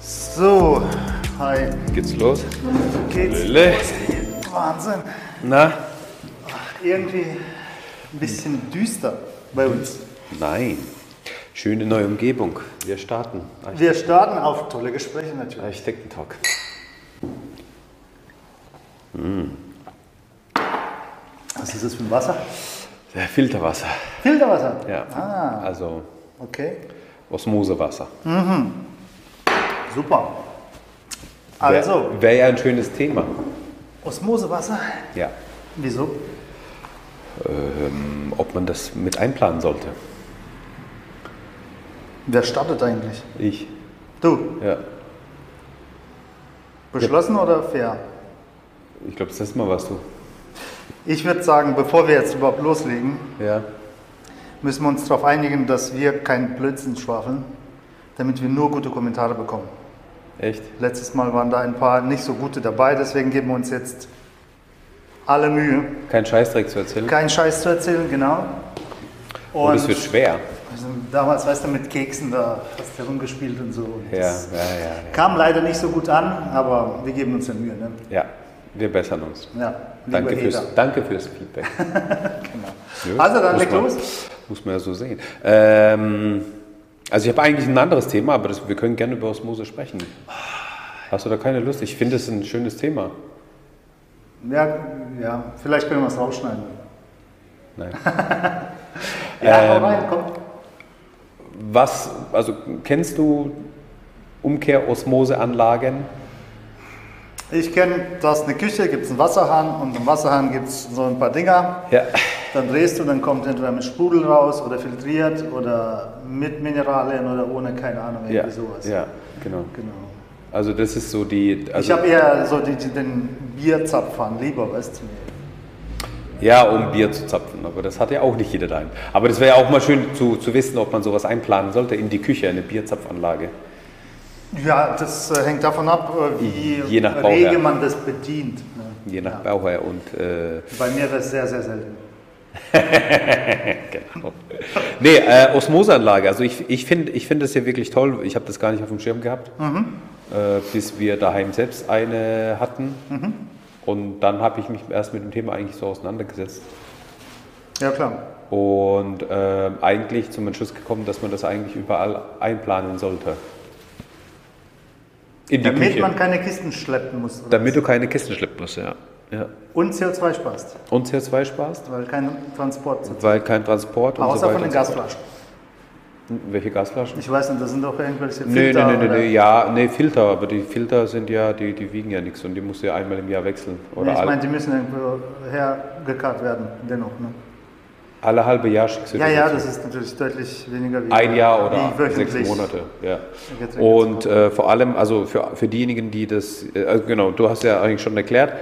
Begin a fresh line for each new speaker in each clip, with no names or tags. So, hi.
Geht's los?
Geht's?
Lille.
Wahnsinn.
Na?
Irgendwie ein bisschen düster bei uns.
Nein. Schöne neue Umgebung. Wir starten. Arch-
Wir starten auf tolle Gespräche natürlich.
Architektentalk.
Was ist das für ein Wasser?
Äh, Filterwasser.
Filterwasser.
Ja.
Ah.
Also
Okay,
Osmosewasser.
super. Also,
Wäre wär ja ein schönes Thema.
Osmosewasser.
Ja.
Wieso?
Ähm, ob man das mit einplanen sollte.
Wer startet eigentlich?
Ich.
Du,
Ja.
beschlossen oder fair?
Ich glaube, das letzte Mal warst du.
Ich würde sagen, bevor wir jetzt überhaupt loslegen,
Ja.
müssen wir uns darauf einigen, dass wir keinen Blödsinn schwafeln, damit wir nur gute Kommentare bekommen.
Echt?
Letztes Mal waren da ein paar nicht so gute dabei, deswegen geben wir uns jetzt alle Mühe,
Kein Scheißdreck zu erzählen.
keinen Scheiß zu erzählen, genau.
Und es wird schwer.
also damals, weißt du, mit Keksen da hast du herumgespielt und so. Und
Ja,
das
ja, ja, ja.
Kam leider nicht so gut an, aber wir geben uns ja Mühe. Ne?
Ja, wir bessern uns.
Ja, lieber
Danke
Eder.
fürs, danke fürs Feedback. Ja,
Also dann
muss
leg
man-
los.
Muss man ja so sehen. Ähm, also ich habe eigentlich ein anderes Thema, aber das, wir können gerne über Osmose sprechen. Hast du da keine Lust? Ich finde es ein schönes Thema.
Ja, ja, vielleicht können wir es rausschneiden.
Nein. Ähm,
Ja, hau rein, komm.
Was, also kennst du Umkehr-Osmose-Anlagen?
Ich kenne, da ist eine Küche, gibt es einen Wasserhahn und im Wasserhahn gibt es so ein paar Dinger.
Ja.
Dann drehst du, dann kommt entweder mit Sprudel raus oder filtriert oder mit Mineralien oder ohne, keine Ahnung, irgendwie
Ja,
sowas.
ja, genau.
Genau.
Also das ist so die...
ich
Also,
habe eher so die, die, den Bierzapfhahn lieber, weißt du?
ja, um Bier zu zapfen, aber das hat ja auch nicht jeder daheim. Aber das wäre ja auch mal schön zu, zu wissen, ob man sowas einplanen sollte in die Küche, eine Bierzapfanlage.
Ja, das äh, hängt davon ab, äh, wie
Je nach Bauherr.
rege man das bedient. Ne?
Je nach
ja.
Bauherr und... Äh,
Bei mir wäre es sehr, sehr selten.
Genau. Nee, äh, Osmoseanlage. Also ich, ich finde ich find das hier wirklich toll. Ich habe das gar nicht auf dem Schirm gehabt,
Mhm.
äh, bis wir daheim selbst eine hatten.
Mhm.
Und dann habe ich mich erst mit dem Thema eigentlich so auseinandergesetzt.
Ja, klar.
Und ähm, eigentlich zum Entschluss gekommen, dass man das eigentlich überall einplanen sollte. In die
Damit
Küche.
man keine Kisten schleppen muss. oder
Damit
was.
du keine Kisten schleppen musst, ja. ja.
Und CO2 sparst,
Und CO2 sparst,
weil kein Transport sitzt.
weil kein Transport und so
Außer
weiter.
von den
und so
Gasflaschen.
fort. Welche Gasflaschen?
Ich weiß nicht, das sind doch irgendwelche
Nee,
Filter.
nee, nee,
oder-
nee, ja, nee, Filter, aber die Filter sind ja, die, die wiegen ja nichts und die musst du ja einmal im Jahr wechseln. Oder
Nee, ich
alle,
meine, die müssen irgendwo hergekarrt werden, dennoch. Ne?
alle halbe Jahr schickst du
Ja,
die
ja,
dazu.
das ist natürlich deutlich weniger wie
ein Jahr
wie
oder
wöchentlich.
sechs Monate. Ja.
Getränke
Und äh, vor allem, also für, für diejenigen, die das, äh, also genau, du hast ja eigentlich schon erklärt,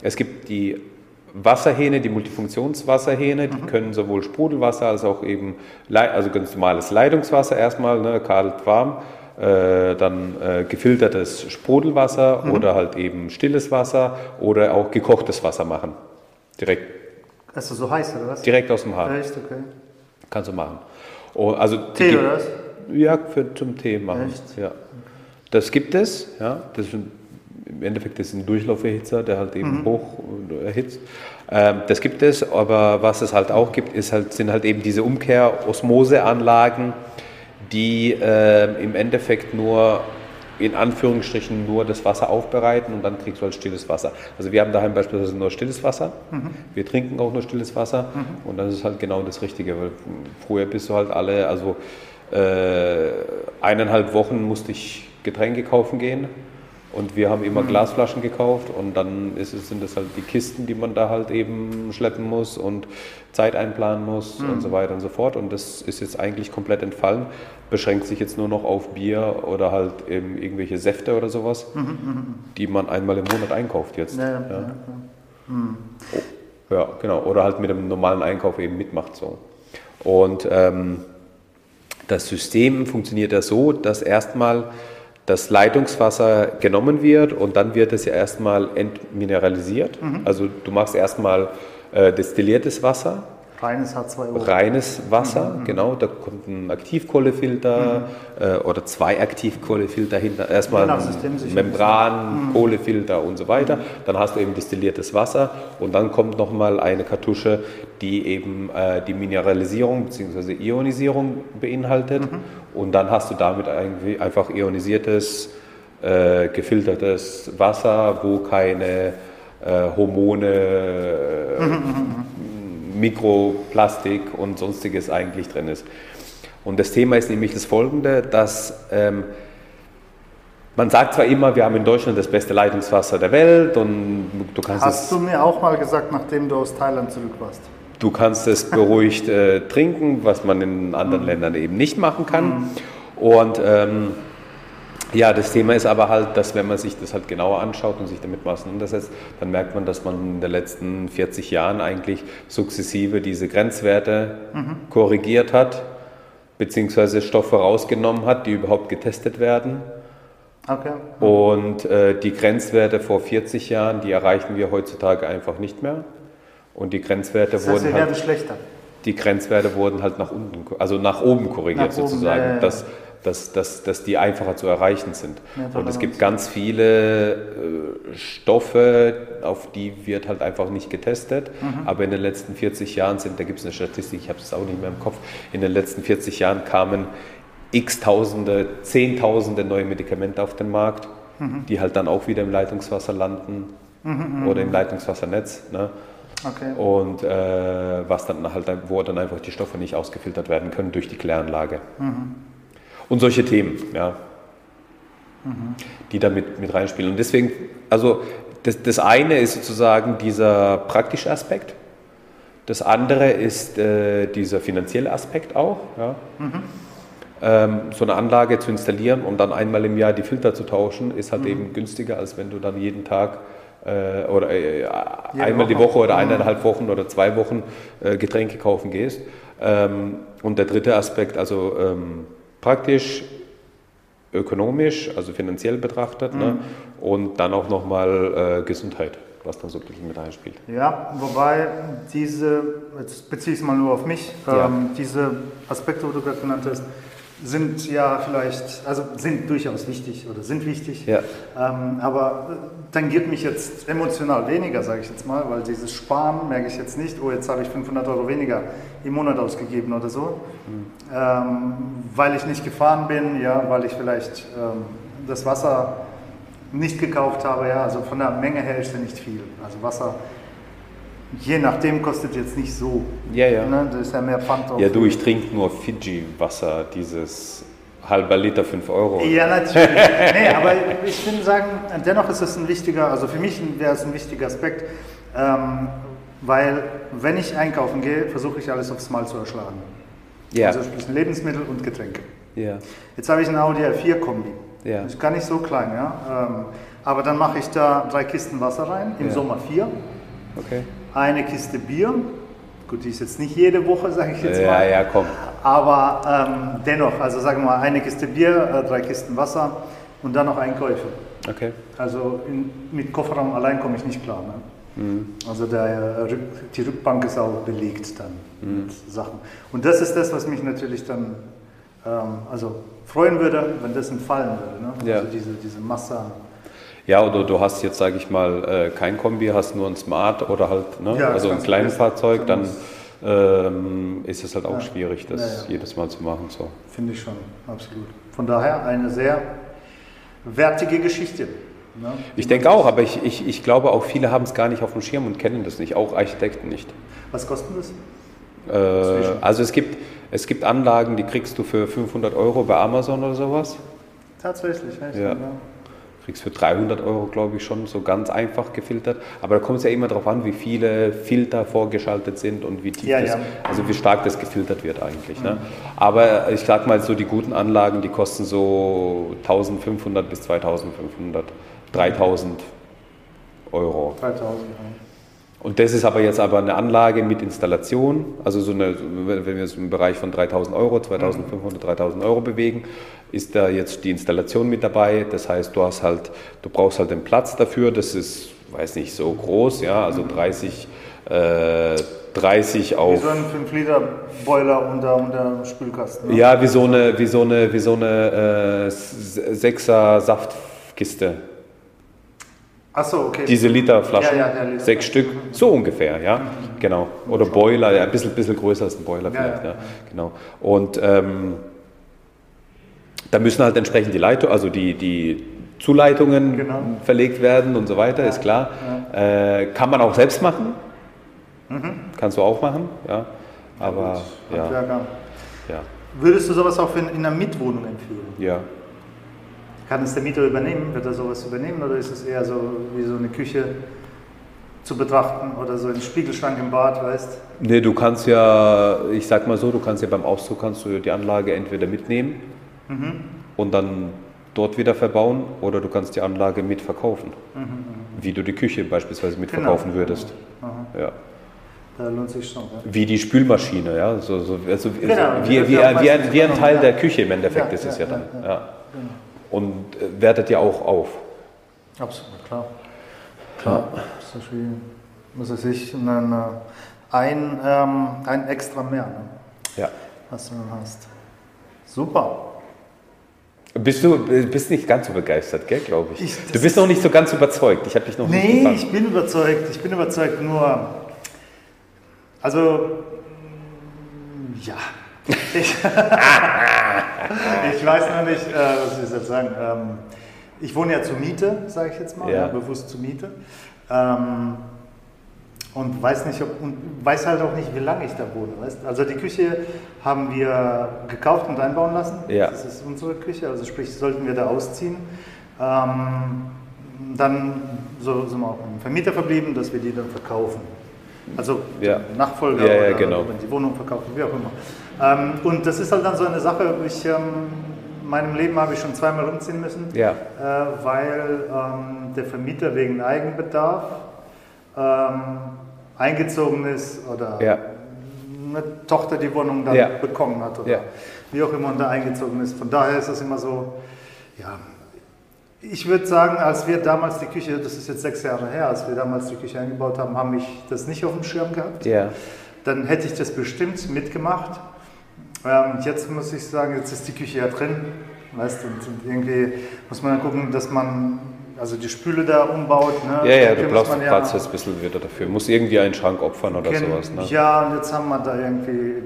es gibt die Wasserhähne, die Multifunktionswasserhähne, die können sowohl Sprudelwasser als auch eben, Lei- also ganz normales Leitungswasser erstmal, ne, kalt, warm, äh, dann äh, gefiltertes Sprudelwasser oder halt eben stilles Wasser oder auch gekochtes Wasser machen. Direkt,
Hast du so heiß oder was?
direkt aus dem Hahn.
Echt, okay.
Kannst du machen. Und also die-
Tee oder was?
ja, für, zum Tee machen.
Echt?
Ja. Das gibt es, ja. Das ist ein, Im Endeffekt ist ein Durchlauferhitzer, der halt eben hoch äh, erhitzt. Ähm, das gibt es, aber was es halt auch gibt, ist halt, sind halt eben diese Umkehr-Osmose-Anlagen, die ähm, im Endeffekt nur in Anführungsstrichen nur das Wasser aufbereiten und dann kriegst du halt stilles Wasser. Also wir haben daheim beispielsweise nur stilles Wasser. Wir trinken auch nur stilles Wasser und das ist halt genau das Richtige, weil früher bist du halt alle, also äh, eineinhalb Wochen musste ich Getränke kaufen gehen und wir haben immer Glasflaschen gekauft und dann ist es, sind das halt die Kisten, die man da halt eben schleppen muss und Zeit einplanen muss und so weiter und so fort. Und das ist jetzt eigentlich komplett entfallen, beschränkt sich jetzt nur noch auf Bier oder halt eben irgendwelche Säfte oder sowas, die man einmal im Monat einkauft jetzt.
Ja, ja,
ja.
ja.
Ja, genau. Oder halt mit einem normalen Einkauf eben mitmacht so. Und ähm, das System funktioniert ja so, dass erstmal das Leitungswasser genommen wird und dann wird es ja erstmal entmineralisiert. Also du machst erstmal äh, destilliertes Wasser
Reines H2O.
reines Wasser, genau, da kommt ein Aktivkohlefilter äh, oder zwei Aktivkohlefilter hinter, erstmal
Je nach Systemsicherung.
Membran, Kohlefilter und so weiter, dann hast du eben destilliertes Wasser und dann kommt nochmal eine Kartusche, die eben äh, die Mineralisierung bzw. Ionisierung beinhaltet und dann hast du damit irgendwie einfach ionisiertes, äh, gefiltertes Wasser, wo keine äh, Hormone, äh, Mikroplastik und sonstiges eigentlich drin ist. Und das Thema ist nämlich das folgende, dass ähm, man sagt zwar immer, wir haben in Deutschland das beste Leitungswasser der Welt und du kannst es
Hast du mir auch mal gesagt, nachdem du aus Thailand zurück warst?
Du kannst es beruhigt äh, trinken, was man in
Mhm.
anderen Ländern eben nicht machen kann. Und ähm, ja, das Thema ist aber halt, dass wenn man sich das halt genauer anschaut und sich damit mal auseinandersetzt, dann merkt man, dass man in den letzten 40 Jahren eigentlich sukzessive diese Grenzwerte
Mhm.
korrigiert hat, beziehungsweise Stoffe rausgenommen hat, die überhaupt getestet werden.
Okay.
Und äh, die Grenzwerte vor 40 Jahren, die erreichen wir heutzutage einfach nicht mehr. Und die Grenzwerte
Das heißt,
wurden
wir
halt
werden schlechter.
die Grenzwerte wurden halt nach unten, also nach oben korrigiert
Nach oben,
sozusagen,
ja, ja, ja.
Dass, dass, dass, dass die einfacher zu erreichen sind.
Mehr
Und es
Toleranz.
gibt ganz viele äh, Stoffe, auf die wird halt einfach nicht getestet.
Mhm.
Aber in den letzten 40 Jahren sind, da gibt es eine Statistik, ich habe es auch nicht mehr im Kopf, in den letzten 40 Jahren kamen x Tausende, Zehntausende neue Medikamente auf den Markt,
Mhm.
die halt dann auch wieder im Leitungswasser landen oder
mhm.
im Leitungswassernetz. Ne?
Okay.
Und äh, was dann halt, wo dann einfach die Stoffe nicht ausgefiltert werden können durch die Kläranlage. Und solche Themen, ja, die da mit, mit reinspielen. Und deswegen, also das, das eine ist sozusagen dieser praktische Aspekt. Das andere ist äh, dieser finanzielle Aspekt auch. Ja. Ähm, so eine Anlage zu installieren und dann einmal im Jahr die Filter zu tauschen, ist halt eben günstiger, als wenn du dann jeden Tag äh, oder äh, einmal die
Woche.
Woche oder eineinhalb Wochen oder zwei Wochen äh, Getränke kaufen gehst. Ähm, und der dritte Aspekt, also ähm, praktisch, ökonomisch, also finanziell betrachtet ne? und dann auch nochmal äh, Gesundheit, was dann so ein bisschen mit reinspielt.
Ja, wobei diese, jetzt beziehe ich es mal nur auf mich,
Ja.
ähm, diese Aspekte, die du gerade genannt hast, sind ja vielleicht, also sind durchaus wichtig oder sind wichtig,
Ja.
ähm, aber äh, tangiert mich jetzt emotional weniger, sage ich jetzt mal, weil dieses Sparen merke ich jetzt nicht, oh, jetzt habe ich 500 Euro weniger im Monat ausgegeben oder so, ähm, weil ich nicht gefahren bin, ja, weil ich vielleicht ähm, das Wasser nicht gekauft habe, ja, also von der Menge her ist ja nicht viel. Also Wasser, je nachdem, kostet jetzt nicht so.
Ja, ja.
Ne? Da ist ja mehr Pfand drauf.
Ja, du, ich trinke nur Fiji-Wasser, dieses halber Liter 5 Euro.
Ja, natürlich. nee, aber ich will sagen, dennoch ist es ein wichtiger, also für mich wäre es ein wichtiger Aspekt, ähm, weil wenn ich einkaufen gehe, versuche ich alles aufs Mal zu erschlagen.
Ja,
Also sprich Lebensmittel und Getränke.
ja,
Jetzt habe ich einen Audi R4-Kombi.
Ja.
Ist gar nicht so klein, ja. Ähm, aber dann mache ich da drei Kisten Wasser rein, im
Ja.
Sommer vier.
okay.
eine Kiste Bier. Gut, die ist jetzt nicht jede Woche, sage ich jetzt
Ja,
mal.
ja, komm.
Aber ähm, dennoch, also sagen wir mal, eine Kiste Bier, äh, drei Kisten Wasser und dann noch Einkäufe.
Okay.
Also in, mit Kofferraum allein komme ich nicht klar. Ne?
Mhm.
Also der, äh, Rück, die Rückbank ist auch belegt dann
Mhm.
mit Sachen. Und das ist das, was mich natürlich dann ähm, also freuen würde, wenn das entfallen würde. Ne?
Ja.
Also diese, diese Masse. an-
Ja, oder du hast jetzt, sage ich mal, äh, kein Kombi, hast nur ein Smart oder halt, ne?
Ja, das
also ein
kannst du
kleines
nicht.
Fahrzeug, dann
Das
ähm, ist es halt auch
Ja.
schwierig, das
Ja, ja.
jedes Mal zu machen. So.
Finde ich schon, absolut. Von daher eine sehr wertige Geschichte. Ne?
Ich denke auch, aber ich, ich, ich glaube auch, viele haben es gar nicht auf dem Schirm und kennen das nicht, auch Architekten nicht.
Was kostet das?
Äh, also es gibt, es gibt Anlagen, die kriegst du für 500 Euro bei Amazon oder sowas.
Tatsächlich, echt,
Ja. Kriegst für 300 Euro, glaube ich, schon so ganz einfach gefiltert. Aber da kommt es ja immer darauf an, wie viele Filter vorgeschaltet sind und wie tief
Ja,
das,
ja.
also wie stark das gefiltert wird eigentlich. Ne? Aber ich sag mal, so die guten Anlagen, die kosten so 1500 bis 2500, 3000 Euro.
3000 Euro.
Und das ist aber jetzt aber eine Anlage mit Installation, also so eine, wenn wir uns im Bereich von 3000 Euro, 2500, 3000 Euro bewegen, ist da jetzt die Installation mit dabei. Das heißt, du hast halt, du brauchst halt den Platz dafür. Das ist, weiß nicht, so groß, ja, also 30 äh, 30
Wie
auf.
so ein 5-Liter-Boiler unter, unter Spülkasten. ne?
Ja, wie so eine, wie so eine, wie so eine äh, Sechser Saftkiste.
Ach so, okay.
Diese Literflaschen,
Ja, ja, ja, Liter.
sechs Stück, so ungefähr, ja, genau. Oder Boiler, ja, ein bisschen, bisschen größer als ein
Ja,
Boiler vielleicht,
ja.
ja, genau. Und ähm, da müssen halt entsprechend die Leitung, also die, die Zuleitungen
Genau.
verlegt werden und so weiter, ist klar. Äh, kann man auch selbst machen,
Mhm.
kannst du auch machen, ja, aber ja,
Handwerker.
ja,
Würdest du sowas auch in, in einer Mietwohnung empfehlen?
ja.
Kann es der Mieter übernehmen? Wird er sowas übernehmen oder ist es eher so wie so eine Küche zu betrachten oder so ein Spiegelschrank im Bad, weißt
Nee, du kannst ja, ich sag mal so, du kannst ja beim Auszug kannst du die Anlage entweder mitnehmen
Mhm.
und dann dort wieder verbauen oder du kannst die Anlage mitverkaufen. Wie du die Küche beispielsweise mitverkaufen
Mhm. Genau.
würdest.
Aha.
Ja.
Da lohnt sich schon. Ja.
Wie die Spülmaschine, ja. So, so, also,
Genau,
also,
die
wie,
wird
wie,
ja auch
wie,
meistens
ein, wie ein Teil
übernommen,
der
ja.
Küche im Endeffekt
Ja,
ist es
ja,
ja dann.
ja,
Ja,
Genau.
Und äh, wertet ja auch auf.
Absolut, klar. Klar. Ist das wie, muss es sich in einer, ein, ähm, ein extra mehr, ne,
Ja.
was du dann hast. Super.
Bist du bist nicht ganz so begeistert, gell, glaube ich.
Ich-
Du bist noch nicht so ganz überzeugt. Ich habe dich noch nicht
Nee,
gefangen.
ich bin überzeugt. Ich bin überzeugt, nur. Also. Ja. Ich, ich weiß noch nicht, äh, was soll ich jetzt sagen. Ähm, ich wohne ja zur Miete, sage ich jetzt mal,
Ja.
ja. bewusst zur Miete. Ähm, und weiß nicht, ob, und weiß halt auch nicht, wie lange ich da wohne. Weißt? Also die Küche haben wir gekauft und einbauen lassen.
Ja.
Das ist unsere Küche, also sprich, sollten wir da ausziehen. Ähm, dann so sind wir auch mit dem Vermieter verblieben, dass wir die dann verkaufen. Also
Ja.
dem Nachfolger
Ja, ja,
oder
genau.
wenn die Wohnung verkauft, wird, wie auch immer. Ähm, und das ist halt dann so eine Sache, ich, ähm, in meinem Leben habe ich schon zweimal umziehen müssen
Ja.
äh, weil ähm, der Vermieter wegen Eigenbedarf ähm, eingezogen ist oder
Ja.
eine Tochter die Wohnung dann
Ja.
bekommen hat oder
Ja.
wie auch immer und da eingezogen ist. Von daher ist das immer so, ja. Ich würde sagen, als wir damals die Küche, das ist jetzt sechs Jahre her, als wir damals die Küche eingebaut haben, haben ich das nicht auf dem Schirm gehabt
Ja.
dann hätte ich das bestimmt mitgemacht. Ähm, jetzt muss ich sagen, jetzt ist die Küche ja drin. Weißt du, und, und irgendwie muss man dann gucken, dass man also die Spüle da umbaut. Ne?
Ja, ja,
Dafür
du
muss
brauchst
man
Platz jetzt ein bisschen wieder dafür. Muss irgendwie einen Schrank opfern oder
kennen-
sowas. Ne?
Ja, und jetzt haben wir da irgendwie.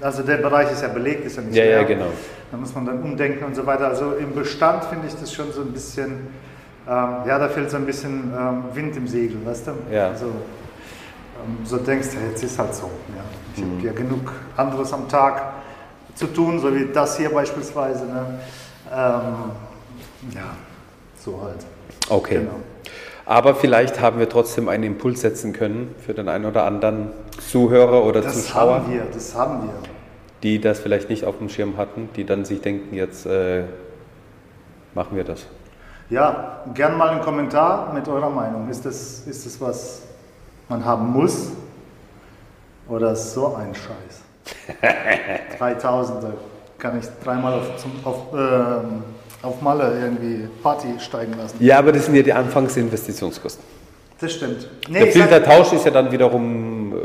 Also der Bereich ist ja belegt, ist ja nicht
Ja, ja,
leer.
genau.
Da muss man dann umdenken und so weiter. Also im Bestand finde ich das schon so ein bisschen, ähm, ja, da fehlt so ein bisschen ähm, Wind im Segel, weißt du?
Ja.
Also, ähm, so denkst du, jetzt ist halt so. Ja. Ich
Mhm.
habe ja genug anderes am Tag zu tun, so wie das hier beispielsweise. Ne? Ähm, ja, so halt.
Okay.
Genau.
Aber vielleicht haben wir trotzdem einen Impuls setzen können für den einen oder anderen Zuhörer oder
Das haben
Zuschauer,
wir, das haben wir.
die das vielleicht nicht auf dem Schirm hatten, die dann sich denken, jetzt äh, machen wir das.
Ja, gern mal einen Kommentar mit eurer Meinung. Ist das, ist das was man haben muss? Oder ist so ein Scheiß? 3000, da kann ich dreimal auf, zum, auf, ähm, auf Malle irgendwie Party steigen lassen.
Ja, aber das sind ja die Anfangsinvestitionskosten.
Das stimmt.
Der
ich sag-
Filtertausch ist ja dann wiederum, äh,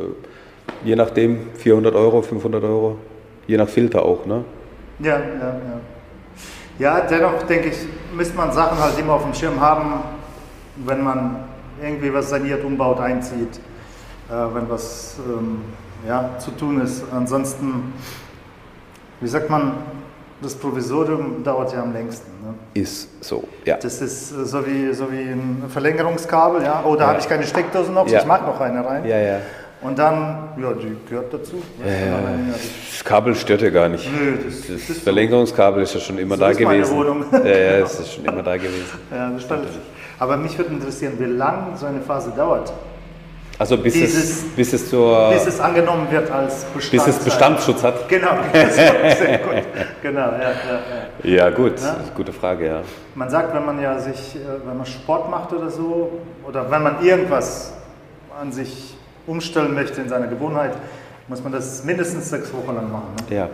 je nachdem, 400 Euro, 500 Euro, je nach Filter auch. Ne?
Ja, ja, ja. Ja, dennoch denke ich, müsste man Sachen halt immer auf dem Schirm haben, wenn man irgendwie was saniert, umbaut, einzieht, äh, wenn was ähm, ja, zu tun ist. Ansonsten, wie sagt man, das Provisorium dauert ja am längsten. Ne?
Ist so, ja.
Das ist äh, so wie, so wie ein Verlängerungskabel, ja. Oh, da
Ja.
habe ich keine Steckdose noch,
Ja.
ich mache noch eine rein.
Ja, ja.
Und dann, ja, die gehört dazu. Ja,
Äh, Das Kabel stört ja gar nicht.
Nö, das, das,
Das Verlängerungskabel ist ja schon immer
So
da
ist meine
gewesen.
Wohnung.
Ja, ja, es ist schon immer da gewesen.
Ja, das stimmt. Aber mich würde interessieren, wie lang so eine Phase dauert,
Also bis es,
Dieses-
bis es zur
bis es angenommen wird als Bestand.
Ah. bis es Bestandsschutz hat.
Genau, sehr gut. Genau, ja, ja, ja.
Ja, gut,
Ja.
Das ist eine gute Frage, ja.
Man sagt, wenn man ja sich, äh, wenn man Sport macht oder so, oder wenn man irgendwas an sich umstellen möchte in seiner Gewohnheit, muss man das mindestens sechs Wochen lang machen. Ne?
Ja,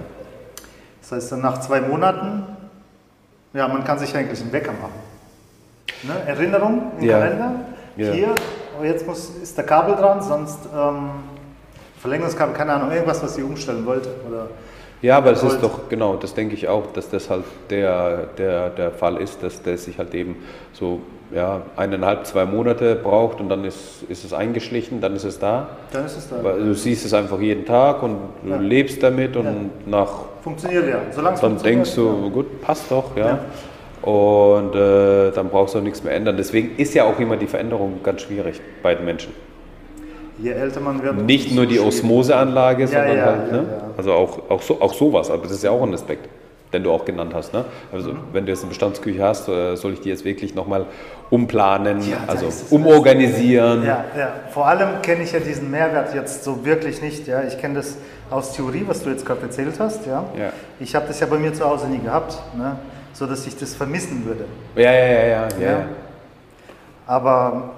Das heißt dann nach zwei Monaten, ja, man kann sich eigentlich einen Wecker machen. Ne? Erinnerung im
Ja.
Kalender,
Ja.
hier, aber jetzt muss, ist der Kabel dran, sonst ähm, Verlängerungskabel, keine Ahnung, irgendwas, was sie umstellen wollte. Oder
Ja, aber es
Holz.
ist doch, genau, das denke ich auch, dass das halt der, der, der Fall ist, dass der sich halt eben so ja, eineinhalb, zwei Monate braucht und dann ist, ist es eingeschlichen, dann ist es da.
dann ist es da.
Weil du siehst es einfach jeden Tag und du
Ja.
lebst damit und
Ja.
nach
Funktioniert ja. Solange es
dann
funktioniert,
denkst du, gut, passt doch, ja. Und äh, dann brauchst du auch nichts mehr ändern. Deswegen ist ja auch immer die Veränderung ganz schwierig bei den Menschen.
Je älter man wird.
Nicht nur die
umso
Osmoseanlage, sondern
ja,
halt,
ja,
ne?
ja.
Also auch, auch, so, auch sowas, aber das ist ja auch ein Aspekt, den du auch genannt hast, ne? Also
Mhm.
wenn du jetzt eine Bestandsküche hast, äh, soll ich die jetzt wirklich nochmal umplanen,
Ja, da
also
ist es
umorganisieren.
Ja, ja. Vor allem kenne ich ja diesen Mehrwert jetzt so wirklich nicht. Ja. Ich kenne das aus Theorie, was du jetzt gerade erzählt hast. Ja.
Ja.
Ich habe das ja bei mir zu Hause nie gehabt, ne. so dass ich das vermissen würde.
Ja, ja, ja, ja, ja.
Ja. Aber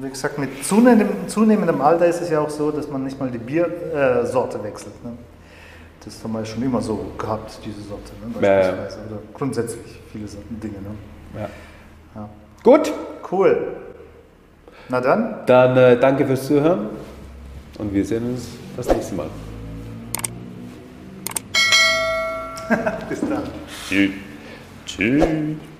wie gesagt, mit zunehmendem, zunehmendem Alter ist es ja auch so, dass man nicht mal die Biersorte äh, Sorte wechselt. Ne. Das haben wir schon immer so gehabt, diese Sorte. Ne,
Ja, ja.
beispielsweise. Oder grundsätzlich viele so- Dinge. Ne.
ja.
Ja.
Gut,
Cool. Na dann,
dann äh, danke fürs Zuhören und wir sehen uns das nächste Mal.
bis dann.
Tschüss. Tschüss.